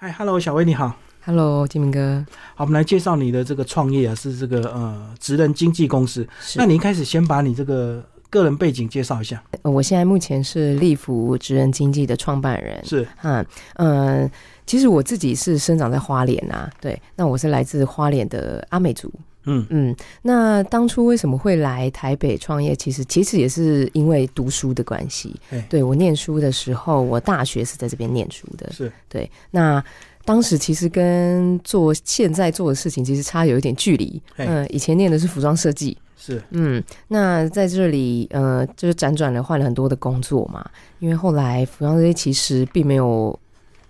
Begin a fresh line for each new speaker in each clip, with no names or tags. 嗨，Hello，小薇你好，
Hello，金明哥，
好，我们来介绍你的这个创业啊，是这个呃职人经纪公司。
是
那你一开始先把你这个个人背景介绍一下，
呃我现在目前是立福职人经济的创办人。
是
嗯嗯、呃其实我自己是生长在花莲啊，对，那我是来自花莲的阿美族。
嗯
嗯，那当初为什么会来台北创业？其实其实也是因为读书的关系
哎。
对我念书的时候，我大学是在这边念书的。
是
对，那当时其实跟做现在做的事情其实差有一点距离。
嘿
嗯、以前念的是服装设计，
是
嗯，那在这里，呃，就是辗转的换了很多的工作嘛，因为后来服装这些其实并没有，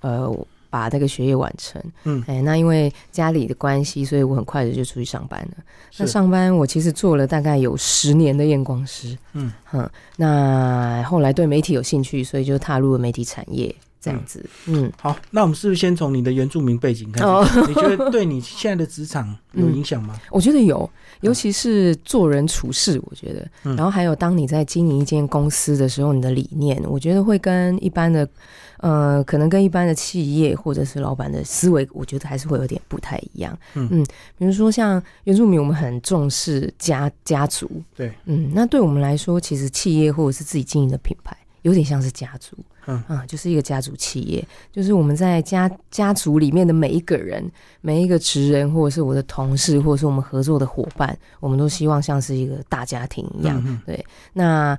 呃，把那个学业完成。
嗯
哎，那因为家里的关系，所以我很快的就出去上班了。那
是
上班我其实做了大概有十年的验光师，
嗯
哼，那后来对媒体有兴趣，所以就踏入了媒体产业这样子。嗯，
好。那我们是不是先从你的原住民背景开始？
哦嗯
你觉得对你现在的职场有影响吗？
我觉得有，尤其是做人处事，我觉得，
嗯
然后还有当你在经营一间公司的时候，你的理念，我觉得会跟一般的，呃，可能跟一般的企业或者是老板的思维，我觉得还是会有点不太一样。
嗯
比如说像原住民，我们很重视家家族，
对，
嗯，那对我们来说，其实企业或者是自己经营的品牌，有点像是家族，
嗯
啊，就是一个家族企业，就是我们在家家族里面的每一个人，每一个职人，或者是我的同事，或者是我们合作的伙伴，我们都希望像是一个大家庭一样。
嗯
那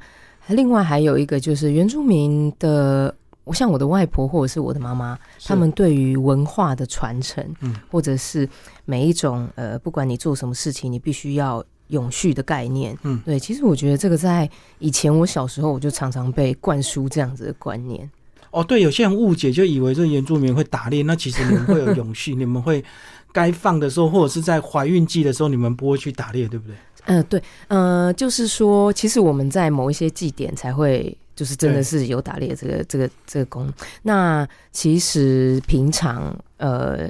另外还有一个就是原住民的，我像我的外婆或者是我的妈妈，他们对于文化的传承，
嗯
或者是每一种呃，不管你做什么事情，你必须要永续的概念，
嗯
对。其实我觉得这个在以前我小时候，我就常常被灌输这样子的观念，
是哦，对，有些人误解就以为这原住民会打猎，那其实你们会有永续，你们会该放的时候，或者是在怀孕期的时候，你们不会去打猎，对不对？
呃，对，呃，就是说，其实我们在某一些祭典才会，就是真
对
的是有打猎这个这个这个功。那其实平常，呃，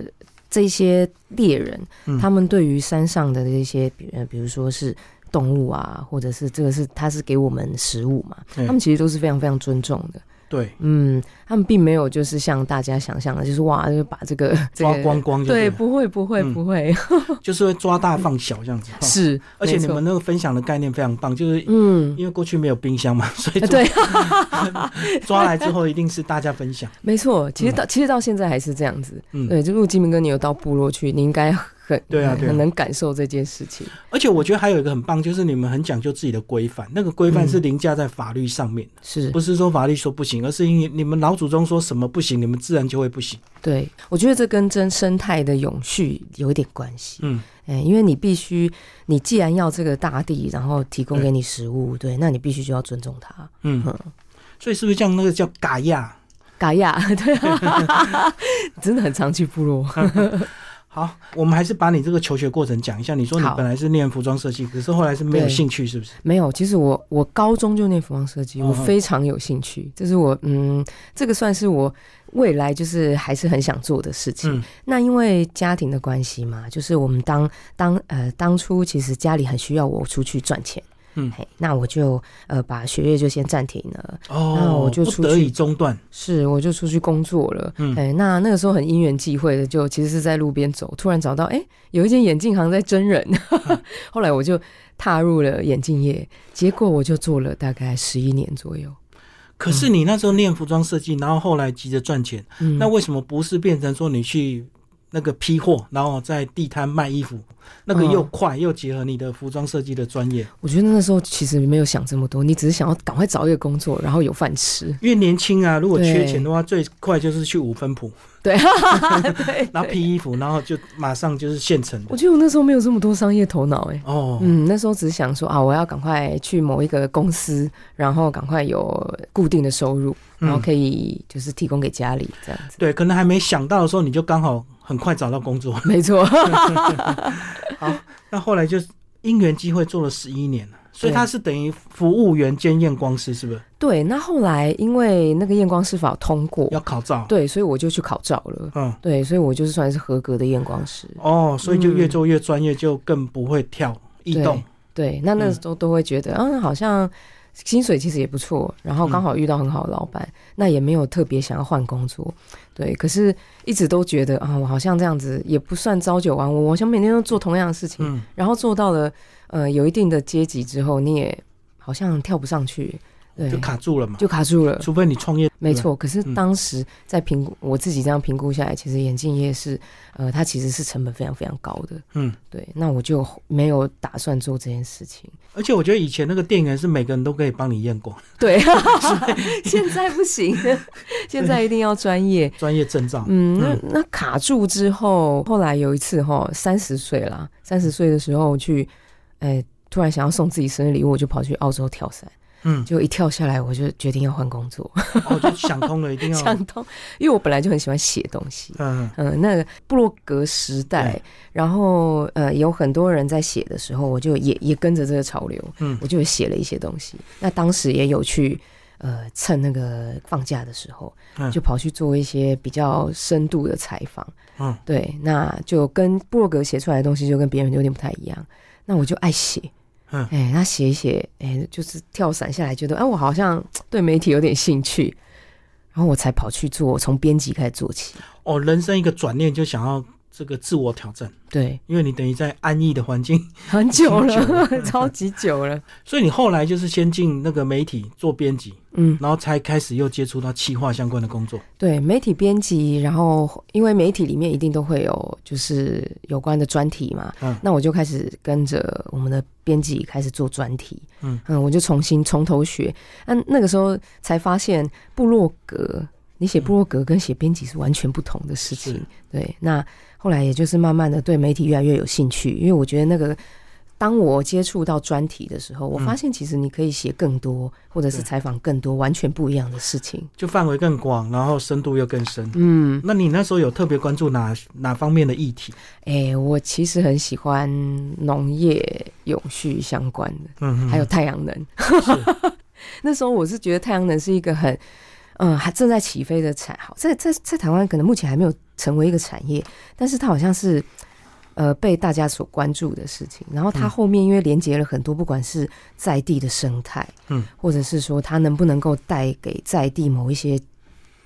这些猎人、
嗯
他们对于山上的这些，比呃，比如说是动物啊，或者是这个是他是给我们食物嘛，
对
他们其实都是非常非常尊重的。
对，
嗯，他们并没有就是像大家想象的，就是哇，就把这个这
抓
个
光光就
对，
对了，
不会不会
嗯
不会，
就是会抓大放小这样 子。哦
是，
而且
没
你
错
们那个分享的概念非常棒，就是
嗯。
因为过去没有冰箱嘛， 所以
呃
抓
对，
抓来之后一定是大家分 享。
没错，其实到、其实到现在还是这样子。
嗯
对，就陆金明哥，你有到部落去，你应该很
对啊
很
对啊
很能感受这件事情。
而且我觉得还有一个很棒，就是你们很讲究自己的规范，那个规范
嗯
是凌驾在法律上面，
是
不是说法律说不行，而是因为你们老祖宗说什么不行，你们自然就会不行。
对，我觉得这跟真生态的永续有一点关系。
嗯，
哎、因为你必须，你既然要这个大地，然后提供
对
给你食物，对，那你必须就要尊重它。
嗯
嗯，
所以是不是像那个叫嘎亚？
嘎亚，对 啊，真的很常去部落。
好，我们还是把你这个求学过程讲一下。你说你
好
本来是念服装设计，可是后来是没有
对
兴趣，是不是？
没有，其实我我高中就念服装设计，
嗯哼
我非常有兴趣，这是我嗯，这个算是我未来就是还是很想做的事情。
嗯
那因为家庭的关系嘛，就是我们当当呃当初其实家里很需要我出去赚钱，
嗯
嘿，那我就呃把学业就先暂停了，那
哦，
我就
不
出
得
去
已中断。
是我就出去工作了，
嗯
哎，那那个时候很因缘际会的，就其实是在路边走，突然找到哎、有一间眼镜行在真人，
嗯
后来我就踏入了眼镜业，结果我就做了大概十一年左右，
可是你那时候念服装设计，然后后来急着赚钱，
嗯，
那为什么不是变成说你去那个批货，然后在地摊卖衣服，那
哦
个又快又结合你的服装设计的专业？
我觉得那时候其实没有想这么多，你只是想要赶快找一个工作，然后有饭吃，
因为年轻啊，如果
对
缺钱的话，最快就是去五分铺，
对，
啊
对
然后
对
批衣服，然后就马上就是现成的
我。觉得我那时候没有这么多商业头脑、哎。
哦，
嗯，那时候只想说啊，我要赶快去某一个公司，然后赶快有固定的收入，然后
嗯
可以就是提供给家里这样子。
对，可能还没想到的时候，你就刚好很快找到工作。
没错，
那后来就是因缘机会做了十一年了，所以
对
他是等于服务员兼验光师，是不是
对。那后来因为那个验光师法通过，
要考照？
对，所以我就去考照了。
嗯，
对，所以我就是算是合格的验光师。
哦，所以就越
嗯
做越专业，就更不会跳异
对
动。
对，那那时候都会觉得，嗯，好像薪水其实也不错，然
嗯
后刚好遇到很好的老板，那也没有特别想要换工作，对。可是一直都觉得啊，我好像这样子也不算朝九晚五，我好像每天都做同样的事情，
嗯，
然后做到了呃有一定的阶级之后，你也好像跳不上去，对，
就卡住了嘛。
就卡住了。
除非你创业，
没
对不
错，可是
嗯
当时在评估、我自己这样评估下来，其实眼镜业是，呃，它其实是成本非常非常高的。
对，嗯。
对，那我就没有打算做这件事情。
而且我觉得以前那个店员是每个人都可以帮你验光，
对， 现在不行， 现在一定要专业。
专业证照。
嗯，那
嗯
那卡住之后，后来有一次哈，三十岁啦，三十岁的时候去，哎、突然想要送自己生日礼物，我就跑去澳洲跳伞，
嗯，
结果一跳下来，我就决定要换工作，
我就想通了，一定要
想。通，因为我本来就很喜欢写东西，
嗯，
嗯，那个布洛格时代
对，
然后呃，有很多人在写的时候，我就也也跟着这个潮流，
嗯
我就写了一些东西。那当时也有去呃，趁那个放假的时候
嗯，
就跑去做一些比较深度的采访，
嗯，
对，那就跟布洛格写出来的东西就跟别人有点不太一样。那我就爱写，
嗯
哎，那写一写，哎，就是跳伞下来，觉得哎、我好像对媒体有点兴趣，然后我才跑去做，从编辑开始做起，
哦，人生一个转念就想要这个自我挑战，
对。
因为你等于在安逸的环境，
很久
很久
了， 超级久了。
所以你后来就是先进那个媒体做编辑，
嗯，
然后才开始又接触到企划相关的工作。
对，媒体编辑，然后因为媒体里面一定都会有就是有关的专题嘛，
嗯
那我就开始跟着我们的编辑开始做专题，
嗯
我就重新从头学。嗯，那个时候才发现部落格，你写部落格跟写编辑是完全不同的事情。
是
对，那后来也就是慢慢的对媒体越来越有兴趣，因为我觉得那个。当我接触到专题的时候，我
嗯
发现其实你可以写更多，或者是
对
采访更多完全不一样的事情。
就范围更广，然后深度又更深。
嗯，
那你那时候有特别关注哪哪方面的议题？
哎、我其实很喜欢农业永续相关的，
嗯，嗯
还有太阳能。 那时候我是觉得太阳能是一个很，嗯，还正在起飞的产，好，在在在台湾可能目前还没有成为一个产业，但是它好像是。呃，被大家所关注的事情，然后它
嗯
后面因为连接了很多，不管是在地的生态，
嗯，
或者是说它能不能够带给在地某一些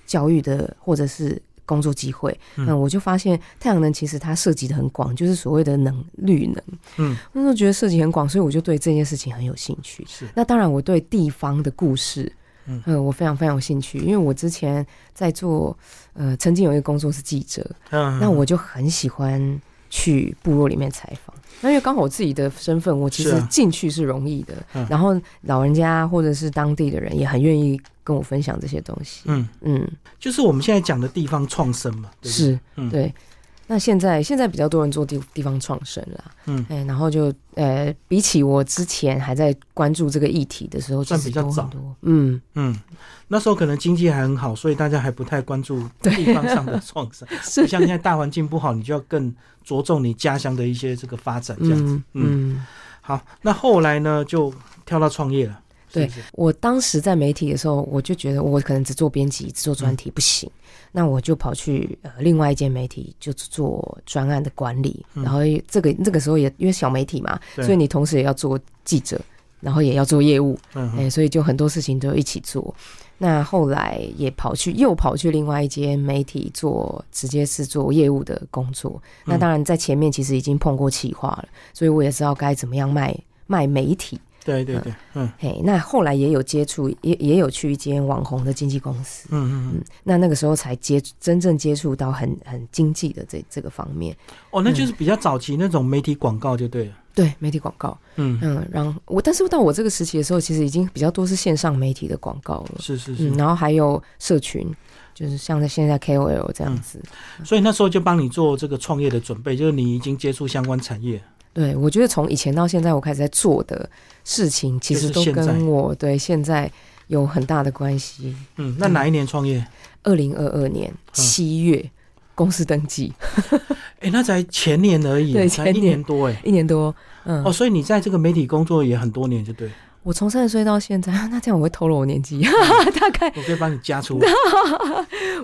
教育的或者是工作机会，
嗯
那我就发现太阳能其实它涉及的很广，就是所谓的能绿能，
嗯，
那时候觉得涉及很广，所以我就对这件事情很有兴趣，
是
那当然，我对地方的故事，
嗯
嗯、我非常非常有兴趣，因为我之前在做，呃，曾经有一个工作是记者，
嗯，
那我就很喜欢去部落里面采访。那因为刚好我自己的身份，我其
是
实
啊
进去是容易的，
嗯
然后老人家或者是当地的人也很愿意跟我分享这些东西。
嗯，
嗯，
就是我们现在讲的地方创生嘛，对不对
是，
嗯
对。那现在现在比较多人做地地方创生啦，
嗯
哎、然后就呃，比起我之前还在关注这个议题的时候，
算
其实
比较
多很
早
多， 嗯，
嗯，那时候可能经济还很好，所以大家还不太关注地方上的创 生。
是
像现在大环境不好，你就要更着重你家乡的一些这个发展这样。
嗯
嗯
嗯，
好，那后来呢，就跳到创业了。是
对
不是
我当时在媒体的时候，我就觉得我可能只做编辑、只做专
嗯
题不行，那我就跑去呃另外一间媒体，就做专案的管理。
嗯
然后也这个这个时候也因为小媒体嘛，
对
所以你同时也要做记者，然后也要做业务，
嗯
哎、
哼，
所以就很多事情都一起做。那后来也跑去又跑去另外一间媒体做，直接是做业务的工作。
嗯
那当然在前面其实已经碰过企划了，所以我也知道该怎么样卖卖媒体。
对对对，嗯
嘿，那后来也有接触，也也有去一间网红的经纪公司，
嗯嗯，
嗯，那那个时候才接真正接触到很很经济的这这个方面，
哦，那就是比较早期那种媒体广告就对了。
对媒体广告，
嗯，
嗯，然后我但是到我这个时期的时候，其实已经比较多是线上媒体的广告了，
是是是
嗯，。然后还有社群，就是像在现在 KOL 这样子，
所以那时候就帮你做这个创业的准备，就是你已经接触相关产业。
对我觉得从以前到现在，我开始在做的事情，其实
就
都
是现在
跟我对现在有很大的关系。
嗯，那哪一年创业？
二零二二年七月，公司登记。
哎、那才前年而已，
对
才
前
一
年
年多哎。
一年多，嗯，
哦，所以你在这个媒体工作也很多年，就对了，
我从三十岁到现在， 那这样我会透露我年纪， 大概
我可以帮你加出来。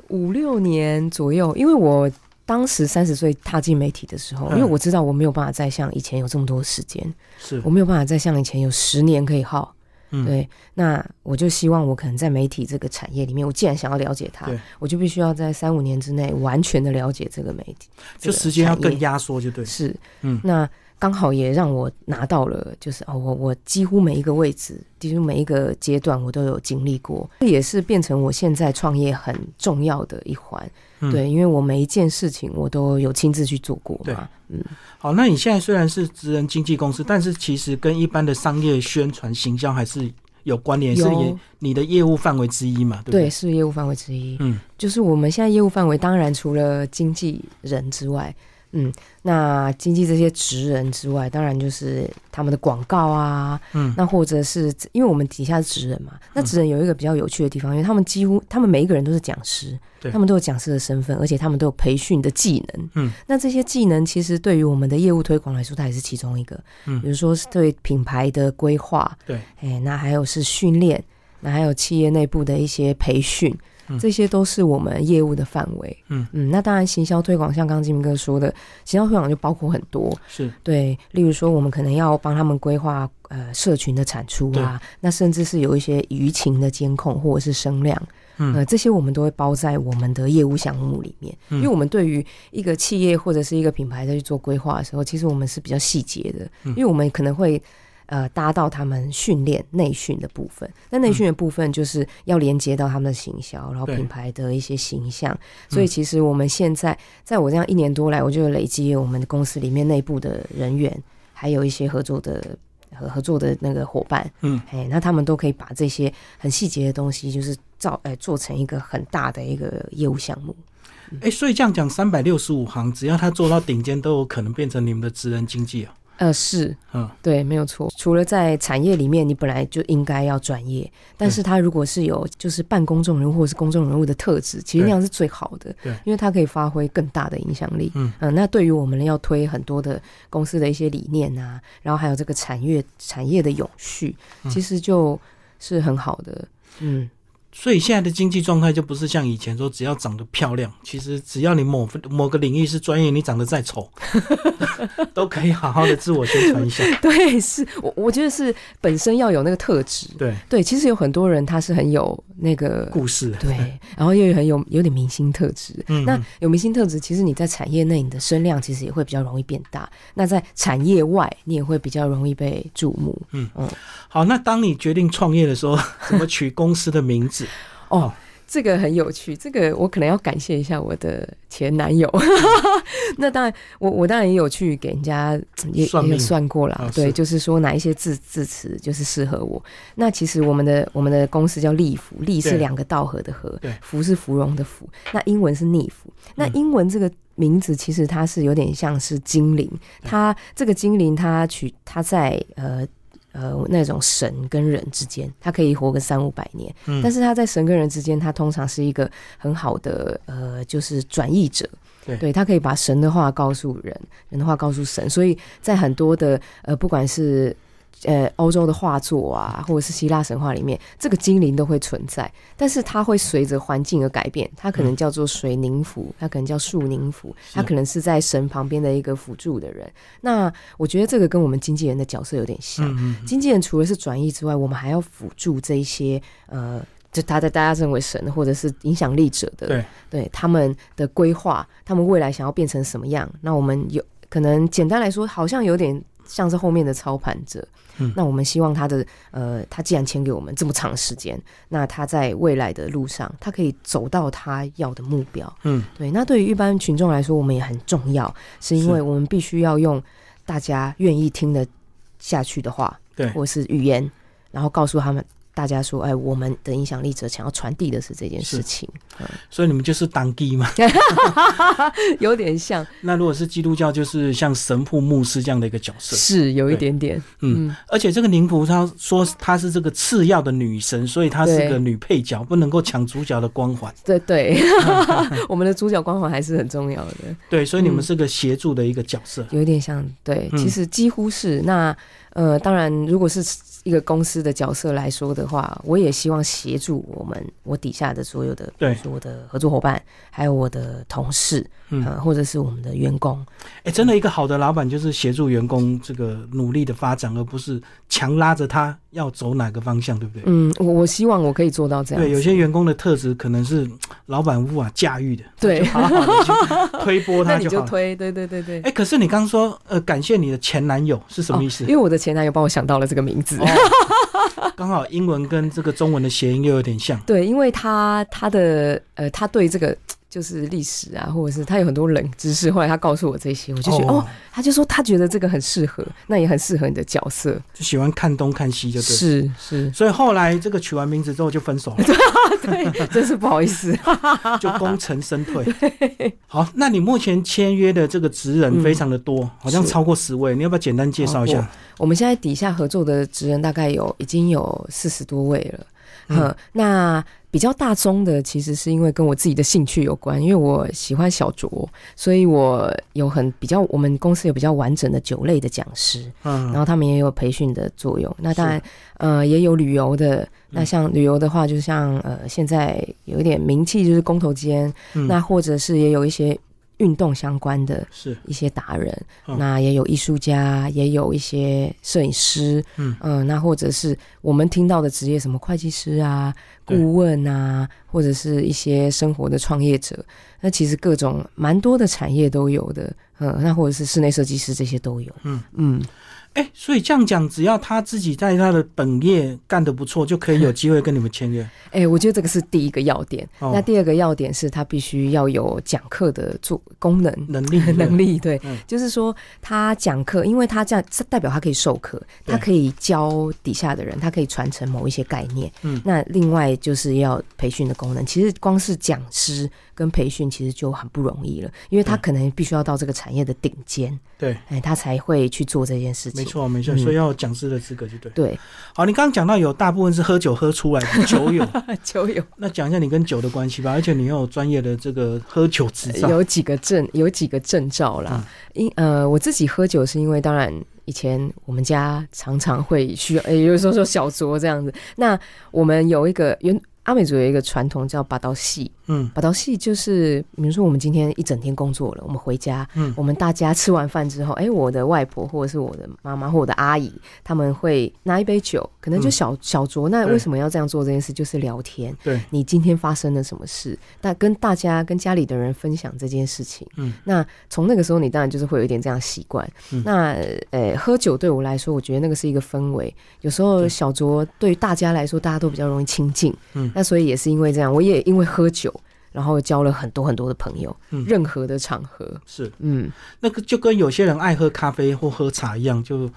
五六年左右，因为我当时三十岁踏进媒体的时候，
嗯
因为我知道我没有办法再像以前有这么多时间，
是
我，没有办法再像以前有十年可以耗，
嗯
对，那我就希望我可能在媒体这个产业里面，我既然想要了解它
对，
我就必须要在三五年之内完全的了解这个媒体，
就
这个
时间要
产业
更压缩，就对。
是，
嗯
那刚好也让我拿到了，就是哦，我我几乎每一个位置，几乎每一个阶段我都有经历过，这也是变成我现在创业很重要的一环。
嗯
对，因为我每一件事情我都有亲自去做过
对
嘛。嗯
好，那你现在虽然是职人经纪公司，但是其实跟一般的商业宣传行销还是有关联，是
有
也你的业务范围之一嘛？对不
对，
对？
是业务范围之一。
嗯，
就是我们现在业务范围，当然除了经纪人之外，嗯，那经纪这些职人之外，当然就是他们的广告啊，
嗯
那或者是因为我们底下是职人嘛，那职人有一个比较有趣的地方，因为他们几乎他们每一个人都是讲师，
对
他们都有讲师的身份，而且他们都有培训的技能，
嗯，
那这些技能其实对于我们的业务推广来说，它也是其中一个，
嗯
比如说是对品牌的规划，
对，
哎，那还有是训练，那还有企业内部的一些培训
嗯。
这些都是我们业务的范围，
嗯
嗯，那当然，行销推广像刚刚金明哥说的，行销推广就包括很多，
是
对，例如说我们可能要帮他们规划呃社群的产出啊，那甚至是有一些舆情的监控或者是声量，
嗯
呃，这些我们都会包在我们的业务项目里面，
嗯
因为我们对于一个企业或者是一个品牌在去做规划的时候，其实我们是比较细节的，
嗯
因为我们可能会。呃，搭到他们训练内训的部分，那内训的部分就是要连接到他们的行销，然
嗯
后
对嗯
品牌的一些形象，所以其实我们现在在我这样一年多来，我就累积我们公司里面内部的人员，还有一些合作的合合作的那个伙伴，
嗯，
哎，那他们都可以把这些很细节的东西，就是造哎做成一个很大的一个业务项目。
哎、所以这样讲，三百六十五行，只要他做到顶尖，都有可能变成你们的职人经济啊。
呃，是
嗯，
对，没有错。除了在产业里面，你本来就应该要专业，但是他如果是有就是半公众人物或是公众人物的特质，其实那样是最好的，
对
因为他可以发挥更大的影响力。呃
嗯
那对于我们要推很多的公司的一些理念啊，然后还有这个产业产业的永续，
嗯
其实就是很好的。嗯，
所以现在的经济状态就不是像以前说，只要长得漂亮，其实只要你某某个领域是专业，你长得再丑， 都可以好好的自我宣传一下。
对，是我我觉得是本身要有那个特质。
对，
对，其实有很多人他是很有那个
故事。
对，然后又很有有点明星特质。
嗯
那有明星特质，其实你在产业内你的声量其实也会比较容易变大。那在产业外，你也会比较容易被注目。
好，那当你决定创业的 时候，怎么取公司的名字？
哦，这个很有趣，这个我可能要感谢一下我的前男友。
嗯
那当然，我我当然也有去给人家也
算
也
命
有算过啦，
啊
对，
是
就是说哪一些字字词就是适合我。那其实我们的我们的公司叫利福，利是
对
两个道合的合
对，
福是芙蓉的福，那英文是逆福。那
嗯
英文这个名字其实它是有点像是精灵，
对
它这个精灵它取它在呃。呃，那种神跟人之间，它可以活个三五百年，
嗯
但是他在神跟人之间，他通常是一个很好的呃，就是转译者。
对
他可以把神的话告诉人，人的话告诉神，所以在很多的呃，不管是呃欧洲的画作啊，或者是希腊神话里面，这个精灵都会存在，但是它会随着环境而改变。它
嗯
可能叫做水宁符，它可能叫树宁符，它可能是在神旁边的一个辅助的人。那我觉得这个跟我们经纪人的角色有点像，
嗯嗯，
经纪人除了是转译之外，我们还要辅助这一些呃，就他的大家认为神或者是影响力者的，
对
他们的规划，他们未来想要变成什么样？那我们有可能简单来说，好像有点像是后面的操盘者。
嗯
那我们希望他的呃，他既然签给我们这么长时间，那他在未来的路上，他可以走到他要的目标。
嗯，
对。那对于一般群众来说，我们也很重要，是因为
是
我们必须要用大家愿意听得下去的话，
对
或是语言，然后告诉他们大家说，哎，我们的影响力者想要传递的是这件事情，
所以你们就是当地嘛。
有点像
那如果是基督教，就是像神父、牧师这样的一个角色。
是有一
对
点点，
嗯而且这个宁芙，她说她是这个次要的女神，所以她是
对
个女配角，不能够抢主角的光环。
对 对， 我们的主角光环还是很重要的，
对，所以你们
嗯
是个协助的一个角色。
有一点像，对，
嗯
其实几乎是那呃，当然如果是。一个公司的角色来说的话，我也希望协助我们我底下的所有的，比
对
如说我的合作伙伴，还有我的同事，嗯、呃或者是我们的员工。
哎、真的一个好的老板就是协助员工这个努力的发展，而不是强拉着他要走哪个方向，对不对？
嗯，我我希望我可以做到这样子。
对，有些员工的特质可能是老板无法驾驭的，
对
就好好的去 推波
那
他
你
就
就
好了。
推，对对对对。
哎、可是你刚说呃，感谢你的前男友是什么意思
哦？因为我的前男友帮我想到了这个名字。
哦刚、好英文跟这个中文的谐音又有点像。
对，因为他他的呃，他对这个就是历史啊，或者是他有很多冷知识，后来他告诉我这些，我就觉得哦
哦
他就说他觉得这个很适合，那也很适合你的角色，
就喜欢看东看西，就对了。，
是 是
所以后来这个取完名字之后就分手 了，
对，真是不好意思，
就功成身退。好，那你目前签约的这个职人非常的多，好像
嗯是
超过十位，你要不要简单介绍一
超
下
过？我们现在底下合作的职人大概有已经有四十多位了，嗯，那比较大宗的其实是因为跟我自己的兴趣有关，因为我喜欢小酌，所以我有很比较，我们公司有比较完整的酒类的讲师，然
嗯，
后他们也有培训的作用。那当然
是，嗯
呃，也有旅游的。那像旅游的话，就像呃，现在有一点名气就是工头间，
嗯
那或者是也有一些运动相关的，
是
一些达人，
嗯
那也有艺术家，也有一些摄影师，
嗯
嗯、那或者是我们听到的职业，什么会计师啊、
对
顾问啊，或者是一些生活的创业者，那其实各种蛮多的产业都有的，嗯、那或者是室内设计师这些都有，
嗯
嗯，
哎、所以这样讲，只要他自己在他的本业干得不错，就可以有机会跟你们签约。
哎、我觉得这个是第一个要点，
哦
那第二个要点是他必须要有讲课的做功能，
能力
能力，对，
嗯
就是说他讲课，因为他这样这代表他可以授课，
对
他可以教底下的人，他可以传承某一些概念。
嗯
那另外就是要培训的功能，其实光是讲师跟培训其实就很不容易了，因为他
对
可能必须要到这个产业的顶尖，
对，
哎，他才会去做这件事情。
没，错没错，
嗯
所以要有讲师的资格就对。
对，
好，你刚刚讲到有大部分是喝酒喝出来的酒 友，
就有
那讲一下你跟酒的关系吧，而且你又有专业的这个喝酒 执照。
有几个证，有几个证照啦。因呃，我自己喝酒是因为，当然以前我们家常常会需要，呃有时候说小酌这样子。那我们有一个原阿美族有一个传统叫把刀戏，
嗯
把刀戏就是，比如说我们今天一整天工作了，我们回家，
嗯
我们大家吃完饭之后，哎、我的外婆或者是我的妈妈或我的阿姨，他们会拿一杯酒，可能就
嗯
小、小酌。那
对
为什么要这样做这件事？就是聊天。
对，
你今天发生了什么事，那跟大家、跟家里的人分享这件事情。
嗯，
那从那个时候，你当然就是会有一点这样习惯。
嗯
那呃，喝酒对我来说，我觉得那个是一个氛围。有时候
对
小酌对于大家来说，大家都比较容易亲近。
嗯
那所以也是因为这样，我也因为喝酒，然后交了很多很多的朋友。
嗯
任何的场合，
是
嗯，
那个就跟有些人爱喝咖啡或喝茶一样，就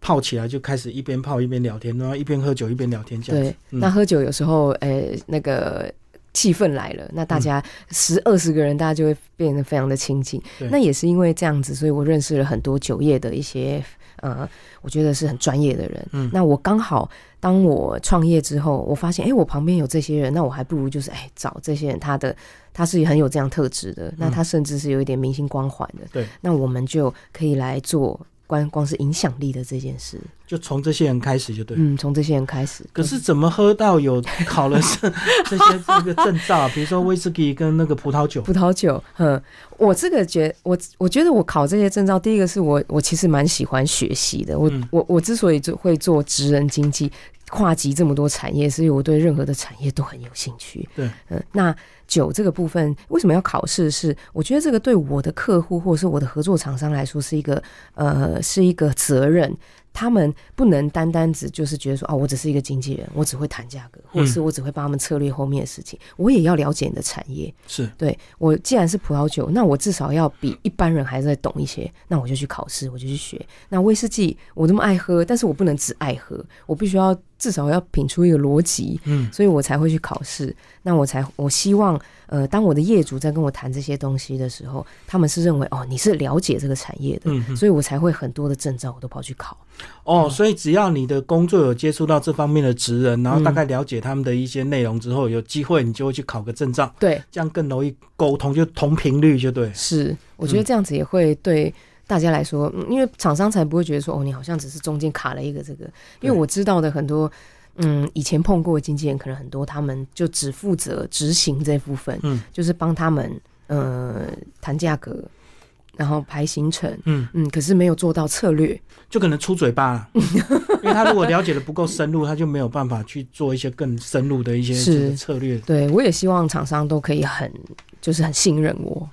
泡起来就开始一边泡一边聊天，然后一边喝酒一边聊天这样子。嗯
对。那喝酒有时候，呃，那个。气氛来了，那大家十二十个人，大家就会变得非常的亲近。
嗯对
那也是因为这样子，所以我认识了很多酒业的一些呃，我觉得是很专业的人。
嗯
那我刚好当我创业之后，我发现，哎、我旁边有这些人，那我还不如就是哎、找这些人，他的他是很有这样特质的，那他甚至是有一点明星光环的。
嗯对，
那我们就可以来做光光是影响力的这件事。
就从这些人开始就对。
嗯，从这些人开始。
可是怎么喝到有考了这 这些这个证照啊，比如说威士忌跟那个葡萄酒，
葡萄酒，嗯，我这个觉我我觉得我考这些证照，第一个是我我其实蛮喜欢学习的，我、
嗯
我我之所以就会做职人经济，跨级这么多产业，所以我对任何的产业都很有兴趣。
对，
嗯，那酒这个部分为什么要考试是？我觉得这个对我的客户或者是我的合作厂商来说是一个呃是一个责任。他们不能单单只就是觉得说啊，我只是一个经纪人，我只会谈价格，或者
嗯
是我只会帮他们策略后面的事情。我也要了解你的产业，
是
对我既然是葡萄酒，那我至少要比一般人还在懂一些，那我就去考试，我就去学。那威士忌我这么爱喝，但是我不能只爱喝，我必须要至少要品出一个逻辑，
嗯
所以我才会去考试。那我才我希望，呃，当我的业主在跟我谈这些东西的时候，他们是认为哦你是了解这个产业的，
嗯嗯
所以我才会很多的证照我都跑去考。
哦，所以只要你的工作有接触到这方面的职人，然后大概了解他们的一些内容之后，有机会你就会去考个证照，
对，
这样更容易沟通，就同频率就对。
是，我觉得
嗯
这样子也会对大家来说，嗯因为厂商才不会觉得说，哦，你好像只是中间卡了一个这个。因为
对
我知道的很多，嗯，以前碰过的经纪人，可能很多他们就只负责执行这部分，
嗯，
就是帮他们。呃谈价格，然后排行程，
嗯
嗯，可是没有做到策略，
就可能出嘴巴 了，因为他如果了解的不够深入，他就没有办法去做一些更深入的一些
是
这个策略，
对我也希望厂商都可以很就是很信任我，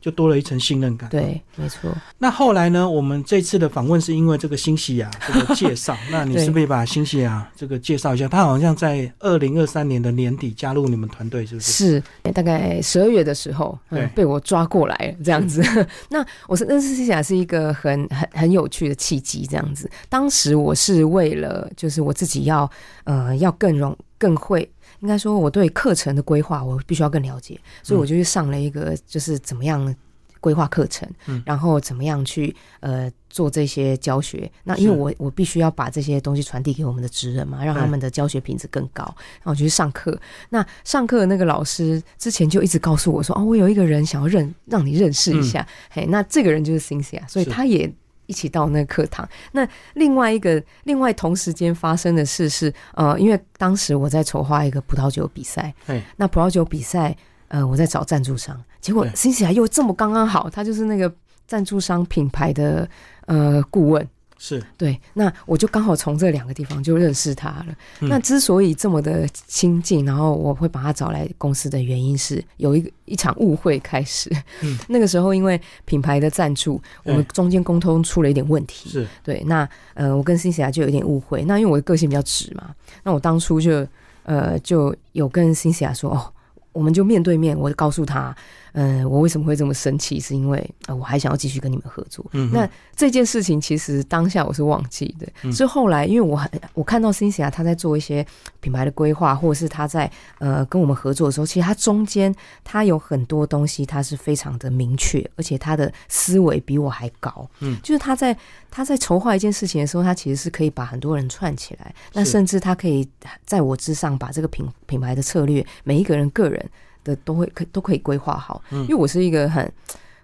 就多了一层信任感。
对，没错，
那后来呢？我们这次的访问是因为这个新西亚这个介 绍，那你
对
是不是也把新西亚这个介绍一下？他好像在二零二三年的年底加入你们团队，是不是？
是大概十二月的时候，
对嗯
嗯，被我抓过来了这样子。 那我是认识西甲是一个很很很有趣的契机，这样子。当时我是为了就是我自己要呃要更容更会。应该说，我对课程的规划我必须要更了解，
嗯
所以我就去上了一个就是怎么样规划课程，
嗯
然后怎么样去呃做这些教学。那因为
是
我我必须要把这些东西传递给我们的职人嘛，让他
对
们的教学品质更高。然后我就去上课，那上课的那个老师之前就一直告诉我说：“哦，我有一个人想要认让你认识一下。嘿，那这个人就是 Cynthia，所
嗯
以
是
他也一起到那个课堂。那另外一个，另外同时间发生的事是，呃，因为当时我在筹划一个葡萄酒比赛，
嘿
那葡萄酒比赛，呃，我在找赞助商，结果
对
Cynthia 又这么刚刚好，他就是那个赞助商品牌的呃顾问。
是
对，那我就刚好从这两个地方就认识他了。
嗯
那之所以这么的亲近，然后我会把他找来公司的原因是有一个一场误会开始。
嗯
那个时候因为品牌的赞助，我们中间沟通出了一点问题。
是，
对，那呃，我跟辛西娅就有点误会。那因为我的个性比较直嘛，那我当初就呃就有跟辛西娅说，哦，我们就面对面，我就告诉他，呃，我为什么会这么生气，是因为呃我还想要继续跟你们合作。
嗯哼，
那这件事情其实当下我是忘记的，
嗯
是后来因为我很我看到辛西娅她在做一些品牌的规划，或者是她在呃跟我们合作的时候，其实她中间她有很多东西她是非常的明确，而且她的思维比我还高。
嗯
就是她在她在筹划一件事情的时候，她其实是可以把很多人串起来，那
是
甚至她可以在我之上把这个品品牌的策略，每一个人个人的都会可都可以规划好，
嗯
因为我是一个很。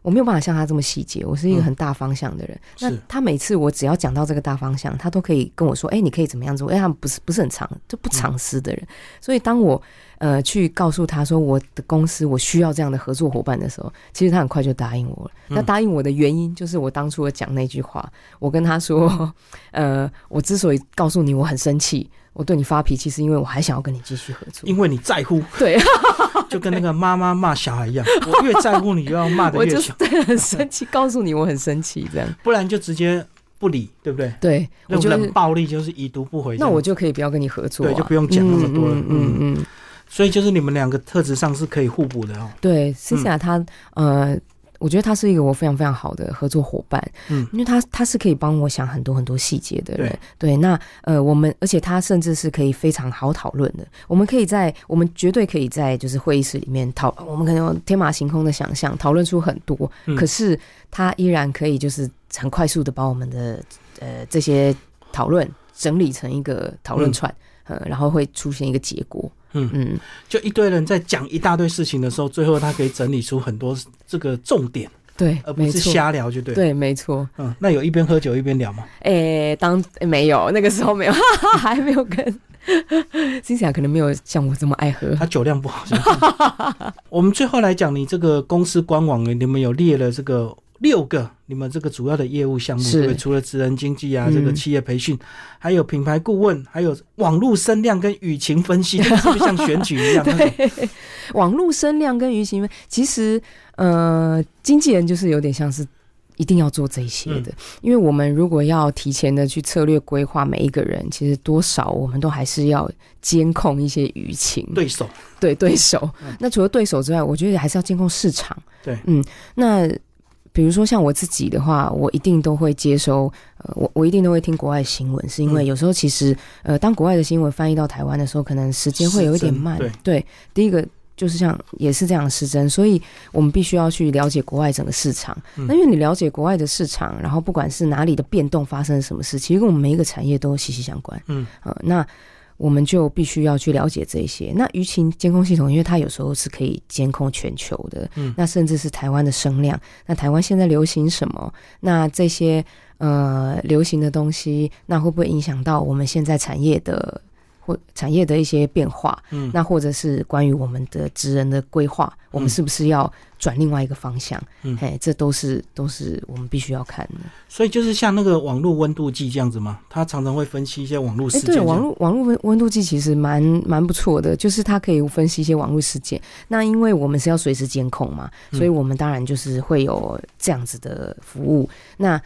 我没有办法像他这么细节，我是一个很大方向的人。
嗯是
那他每次我只要讲到这个大方向，他都可以跟我说：“哎、你可以怎么样做？”哎、他们不是不是很长，就不
嗯
藏私的人。所以当我呃去告诉他说我的公司我需要这样的合作伙伴的时候，其实他很快就答应我了。
嗯
那答应我的原因就是我当初有讲那句话，我跟他说：“呃，我之所以告诉你我很生气，我对你发脾气，是因为我还想要跟你继续合作。
因为你在乎，”
对，
就跟那个妈妈骂小孩一样，我越在乎你，就要骂的
我
越
就
凶，
对很生气，告诉你我很生气，这样
不然就直接不理，对不对？
对，
那
我觉
种
得
冷暴力就是已读不回这
那
样。
我就可以不要跟你合作、啊，
对就不用讲那么多了
嗯嗯嗯嗯
所以就是你们两个特质上是可以互补的哦。
对 c y 他呃，我觉得他是一个我非常非常好的合作伙伴，
嗯
因为他他是可以帮我想很多很多细节的人，
对
对，那呃，我们而且他甚至是可以非常好讨论的，我们可以在我们绝对可以在就是会议室里面讨，我们可能有天马行空的想象，讨论出很多，
嗯
可是他依然可以就是很快速的把我们的呃这些讨论整理成一个讨论
嗯
串。呃，然后会出现一个结果，
嗯
嗯，
就一堆人在讲一大堆事情的时候，最后他可以整理出很多这个重点，
对
而，不
没
是
错，
瞎聊，就对。，
对，没错，
嗯，那有一边喝酒一边聊吗？
诶、当、诶没有那个时候没有， 还没有跟辛西娅可能没有像我这么爱喝。
他酒量不好。 是不是我们最后来讲，你这个公司官网，你们有列了这个六个你们这个主要的业务项目，
是
对不对？除了职人经济啊，
嗯
这个企业培训，还有品牌顾问，还有网络声量跟舆情分 析，这个是不是像选举一样？那种
网络声量跟舆情，其实呃，经纪人就是有点像是一定要做这些的，因为我们如果要提前的去策略规划每一个人，其实多少我们都还是要监控一些舆情。
对手，
对对手。
嗯
那除了对手之外，我觉得还是要监控市场。
对
嗯，那比如说像我自己的话，我一定都会接收，呃，我我一定都会听国外新闻，是因为
嗯
有时候其实，呃，当国外的新闻翻译到台湾的时候，可能时间会有一点
失真
慢。
对
第一个。就是像也是这样的失真，所以我们必须要去了解国外整个市场。
嗯
那因为你了解国外的市场，然后不管是哪里的变动发生什么事，其实跟我们每一个产业都息息相关。
嗯
呃，那我们就必须要去了解这些。那舆情监控系统，因为它有时候是可以监控全球的，
嗯
那甚至是台湾的声量，那台湾现在流行什么？那这些呃流行的东西，那会不会影响到我们现在产业的或产业的一些变化？
嗯，
那或者是关于我们的职人的规划，我们是不是要转另外一个方向？
嗯
哎，这都是都是我们必须要看的。
所以就是像那个网络温度计这样子嘛，他常常会分析一些网络
哎、
事件这
对，
样。
网络网络温温度计其实蛮蛮不错的，就是它可以分析一些网络事件。那因为我们是要随时监控嘛，
嗯
所以我们当然就是会有这样子的服务。那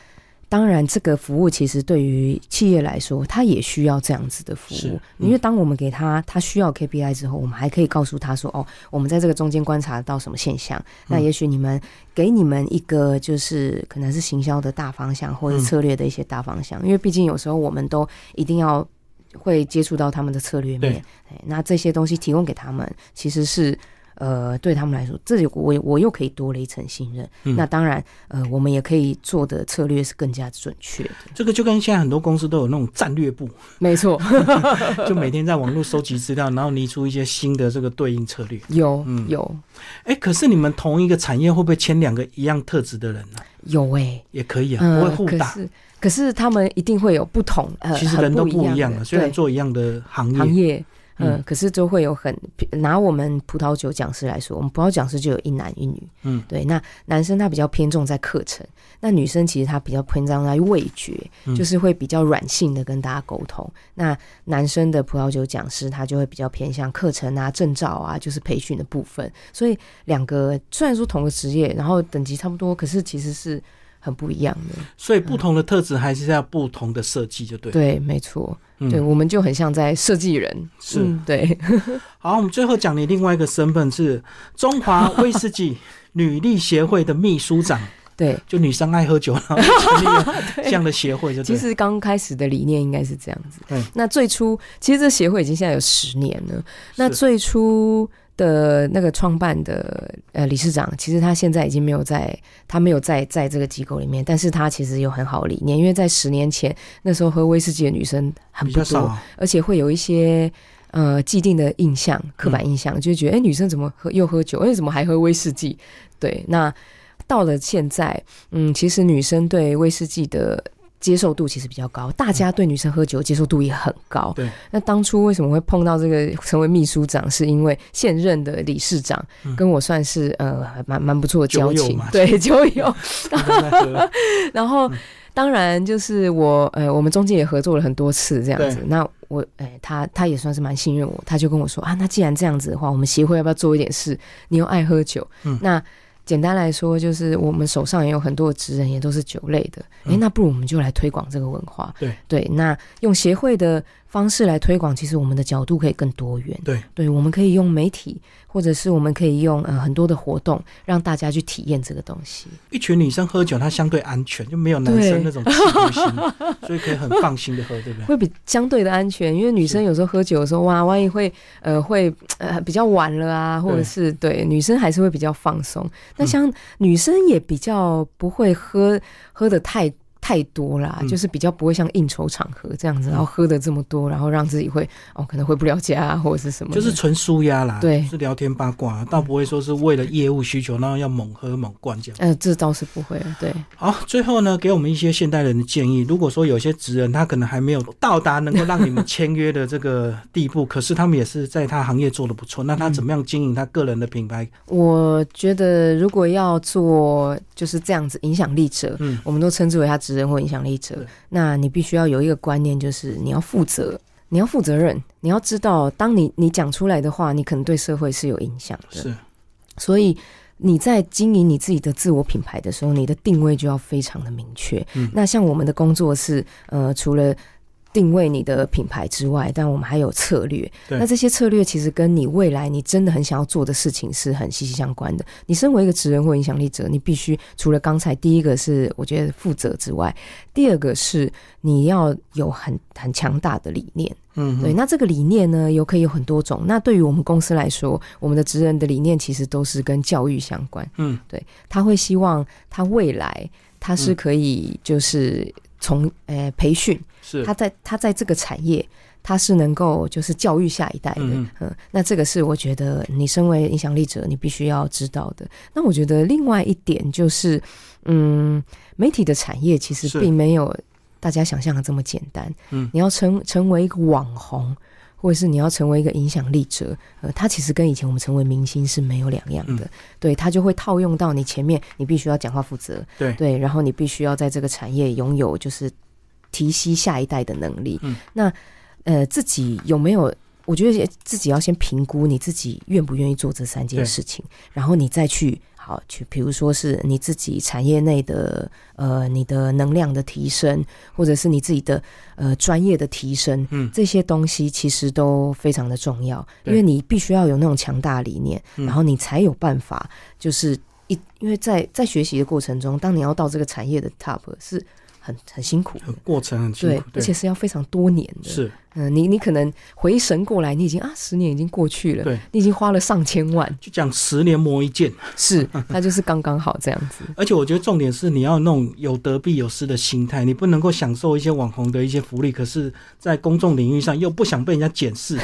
当然，这个服务其实对于企业来说，它也需要这样子的服
是
务
嗯，
因为当我们给他他需要 KPI 之后，我们还可以告诉他说：“哦，我们在这个中间观察到什么现象。”
嗯
那也许你们给你们一个就是可能是行销的大方向，或者
嗯
策略的一些大方向，因为毕竟有时候我们都一定要会接触到他们的策略面
对。
哎那这些东西提供给他们，其实是呃对他们来说，这里我我又可以多了一层信任。
嗯
那当然，呃，我们也可以做的策略是更加准确的。
这个就跟现在很多公司都有那种战略部，
没错，
就每天在网络收集资料，然后拟出一些新的这个对应策略。
有
嗯
有
哎，可是你们同一个产业会不会签两个一样特质的人呢、
有哎、
也可以啊，
嗯，
不会互
可
打。
是可是他们一定会有不同，呃，
其实人
很
都
不
不一样
的
啊，虽然
对
做一样的行业，
行业，
嗯
嗯，可是就会有很拿我们葡萄酒讲师来说，我们葡萄讲师就有一男一女，
嗯，
对。那男生他比较偏重在课程，那女生其实她比较偏重在味觉，
嗯
就是会比较软性的跟大家沟通。那男生的葡萄酒讲师他就会比较偏向课程啊、证照啊，就是培训的部分。所以两个虽然说同个职业，然后等级差不多，可是其实是很不一样的。
所以不同的特质还是要不同的设计，就对。，
对，没错，对，
嗯，
我们就很像在设计人，
是
嗯对。
好，我们最后讲你另外一个身份是中 华威士忌女力协会的秘书长，
对，
就女生爱喝酒，然 后成立了这样的协会，就对
其
了。
实刚开始的理念应该是这样子。
嗯
那最初其实这协会已经现在有十年了。那
是
最初的那个创办的呃理事长，其实他现在已经没有在，他没有在在这个机构里面，但是他其实有很好的理念，因为在十年前那时候喝威士忌的女生很
比
不
较少
多，
啊，
而且会有一些。呃，既定的印象、刻
嗯
板印象，就觉得哎、诶女生怎么喝又喝酒，哎、怎么还喝威士忌？对，那到了现在，嗯，其实女生对威士忌的接受度其实比较高，大家对女生喝酒接受度也很高。
嗯对，
那当初为什么会碰到这个成为秘书长，是因为现任的理事长
嗯
跟我算是呃蛮蛮不错的
酒
交
友
情
嘛，
对，酒友。
大家在喝
然后
嗯
当然就是我，呃，我们中间也合作了很多次这样子
对。
那我，哎、他他也算是蛮信任我，他就跟我说啊，那既然这样子的话，我们协会要不要做一点事？你又爱喝酒，
嗯
那。简单来说，就是我们手上也有很多的职人，也都是酒类的。
嗯
诶、那不如我们就来推广这个文化。
对
对，那用协会的方式来推广，其实我们的角度可以更多元。
对
对，我们可以用媒体，或者是我们可以用呃很多的活动，让大家去体验这个东西。
一群女生喝酒，她相对安全，就没有男生
对
那种企图心，所以可以很放心的喝，对不对？
会比相对的安全，因为女生有时候喝酒的时候，哇，万一会呃会呃比较晚了啊，或者是对女生还是会比较放松。
嗯
那像女生也比较不会喝喝的太太多啦，
嗯
就是比较不会像应酬场合这样
嗯
子，然后喝的这么多，然后让自己会哦可能回不了家、啊、或者是什么
就
的，
是纯舒压啦，
对
是聊天八卦、倒不会说是为了业务需求，然后要猛喝猛灌这样。
呃这倒是不会了，对，
好，最后呢，给我们一些现代人的建议。如果说有些职人他可能还没有到达能够让你们签约的这个地步， 可是他们也是在他行业做的不错，那他
嗯
怎么样经营他个人的品牌？
我觉得如果要做就是这样子影响力者，
嗯
我们都称之为他职人或影响力者
对。
那你必须要有一个观念，就是你要负责，你要负责任，你要知道，当你你讲出来的话，你可能对社会是有影响的。
是，
所以你在经营你自己的自我品牌的时候，你的定位就要非常的明确。
嗯
那像我们的工作是，呃，除了定位你的品牌之外，但我们还有策略。
对
那这些策略其实跟你未来你真的很想要做的事情是很息息相关的。你身为一个职人或影响力者，你必须除了刚才第一个是我觉得负责之外，第二个是你要有很很强大的理念。
嗯，
对，
嗯
那这个理念呢，有可以有很多种。那对于我们公司来说，我们的职人的理念其实都是跟教育相关。
嗯，
对，他会希望他未来他是可以就是从呃培训，
是
他在他在这个产业。他是能够就是教育下一代的，
嗯
嗯那这个是我觉得你身为影响力者，你必须要知道的。那我觉得另外一点就是，嗯，媒体的产业其实
是
并没有大家想象的这么简单，
嗯
你要成成为一个网红，或者是你要成为一个影响力者，呃，它其实跟以前我们成为明星是没有两样
嗯
的，对，它就会套用到你前面，你必须要讲话负责，
对
对，然后你必须要在这个产业拥有就是提携下一代的能力。
嗯
那呃，自己有没有？我觉得自己要先评估你自己愿不愿意做这三件
对
事情，然后你再去好去，比如说是你自己产业内的呃你的能量的提升，或者是你自己的呃专业的提升，
嗯
这些东西其实都非常的重要，因
对
为你必须要有那种强大的理念，
嗯
然后你才有办法就是一，因为在在学习的过程中，当你要到这个产业的 top 是很很辛苦的。
过程很辛
对
苦，，
而
对，
且是要非常多年的。，
是
嗯、你你可能回神过来，你已经啊，十年已经过去了，
对，
你已经花了上千万，
就讲十年磨一剑。
是，那就是刚刚好这样子。
而且我觉得重点是你要那种有得必有失的心态，你不能够享受一些网红的一些福利，可是，在公众领域上又不想被人家检 视，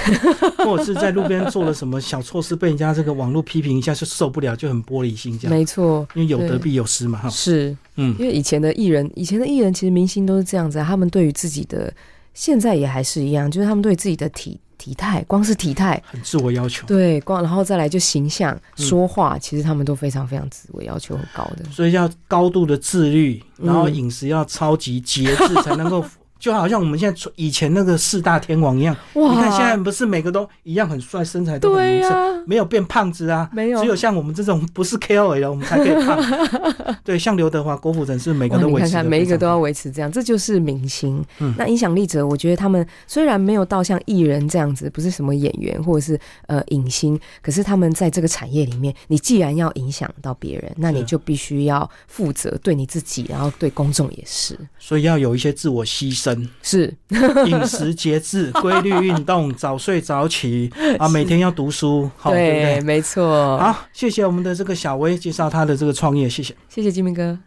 或者是在路边做了什么小错事被人家这个网络批评一下就受不了，就很玻璃心这样。
没错，
因为有得
对
必有失嘛，哈，
是
嗯，
因为以前的艺人，以前的艺人其实明星都是这样子、啊，他们对于自己的现在也还是一样，就是他们对自己的体体态，光是体 态，
很自我要求。
对，光然后再来就形象、
嗯
说话，其实他们都非常非常自我要求很高的。
所以要高度的自律，
嗯
然后饮食要超级节制，才能够就好像我们现在以前那个四大天王一样。
哇
你看现在不是每个都一样很帅，身材都很
对
匀
呀、
称，没有变胖子啊。
没有
只有像我们这种 不是 KOL，我们才可以胖。 对，像刘德华、郭富城是每个
哇，
都
哦你
维持
看
得非
看，
常
每一个都要
好
维持这样，这就是明星。
嗯
那影响力者，我觉得他们虽然没有到像艺人这样子，不是什么演员或者是呃影星，可是他们在这个产业里面，你既然要影响到别人，那你
是
就必须要负责对你自己，然后对公众也是。
所以要有一些自我牺牲，
是，
饮食节制、规律运动、早睡早 起啊，每天要读书，好，对不对？
没错。，
好，谢谢我们的这个小薇介绍她的这个创业，谢谢。
谢谢金明哥。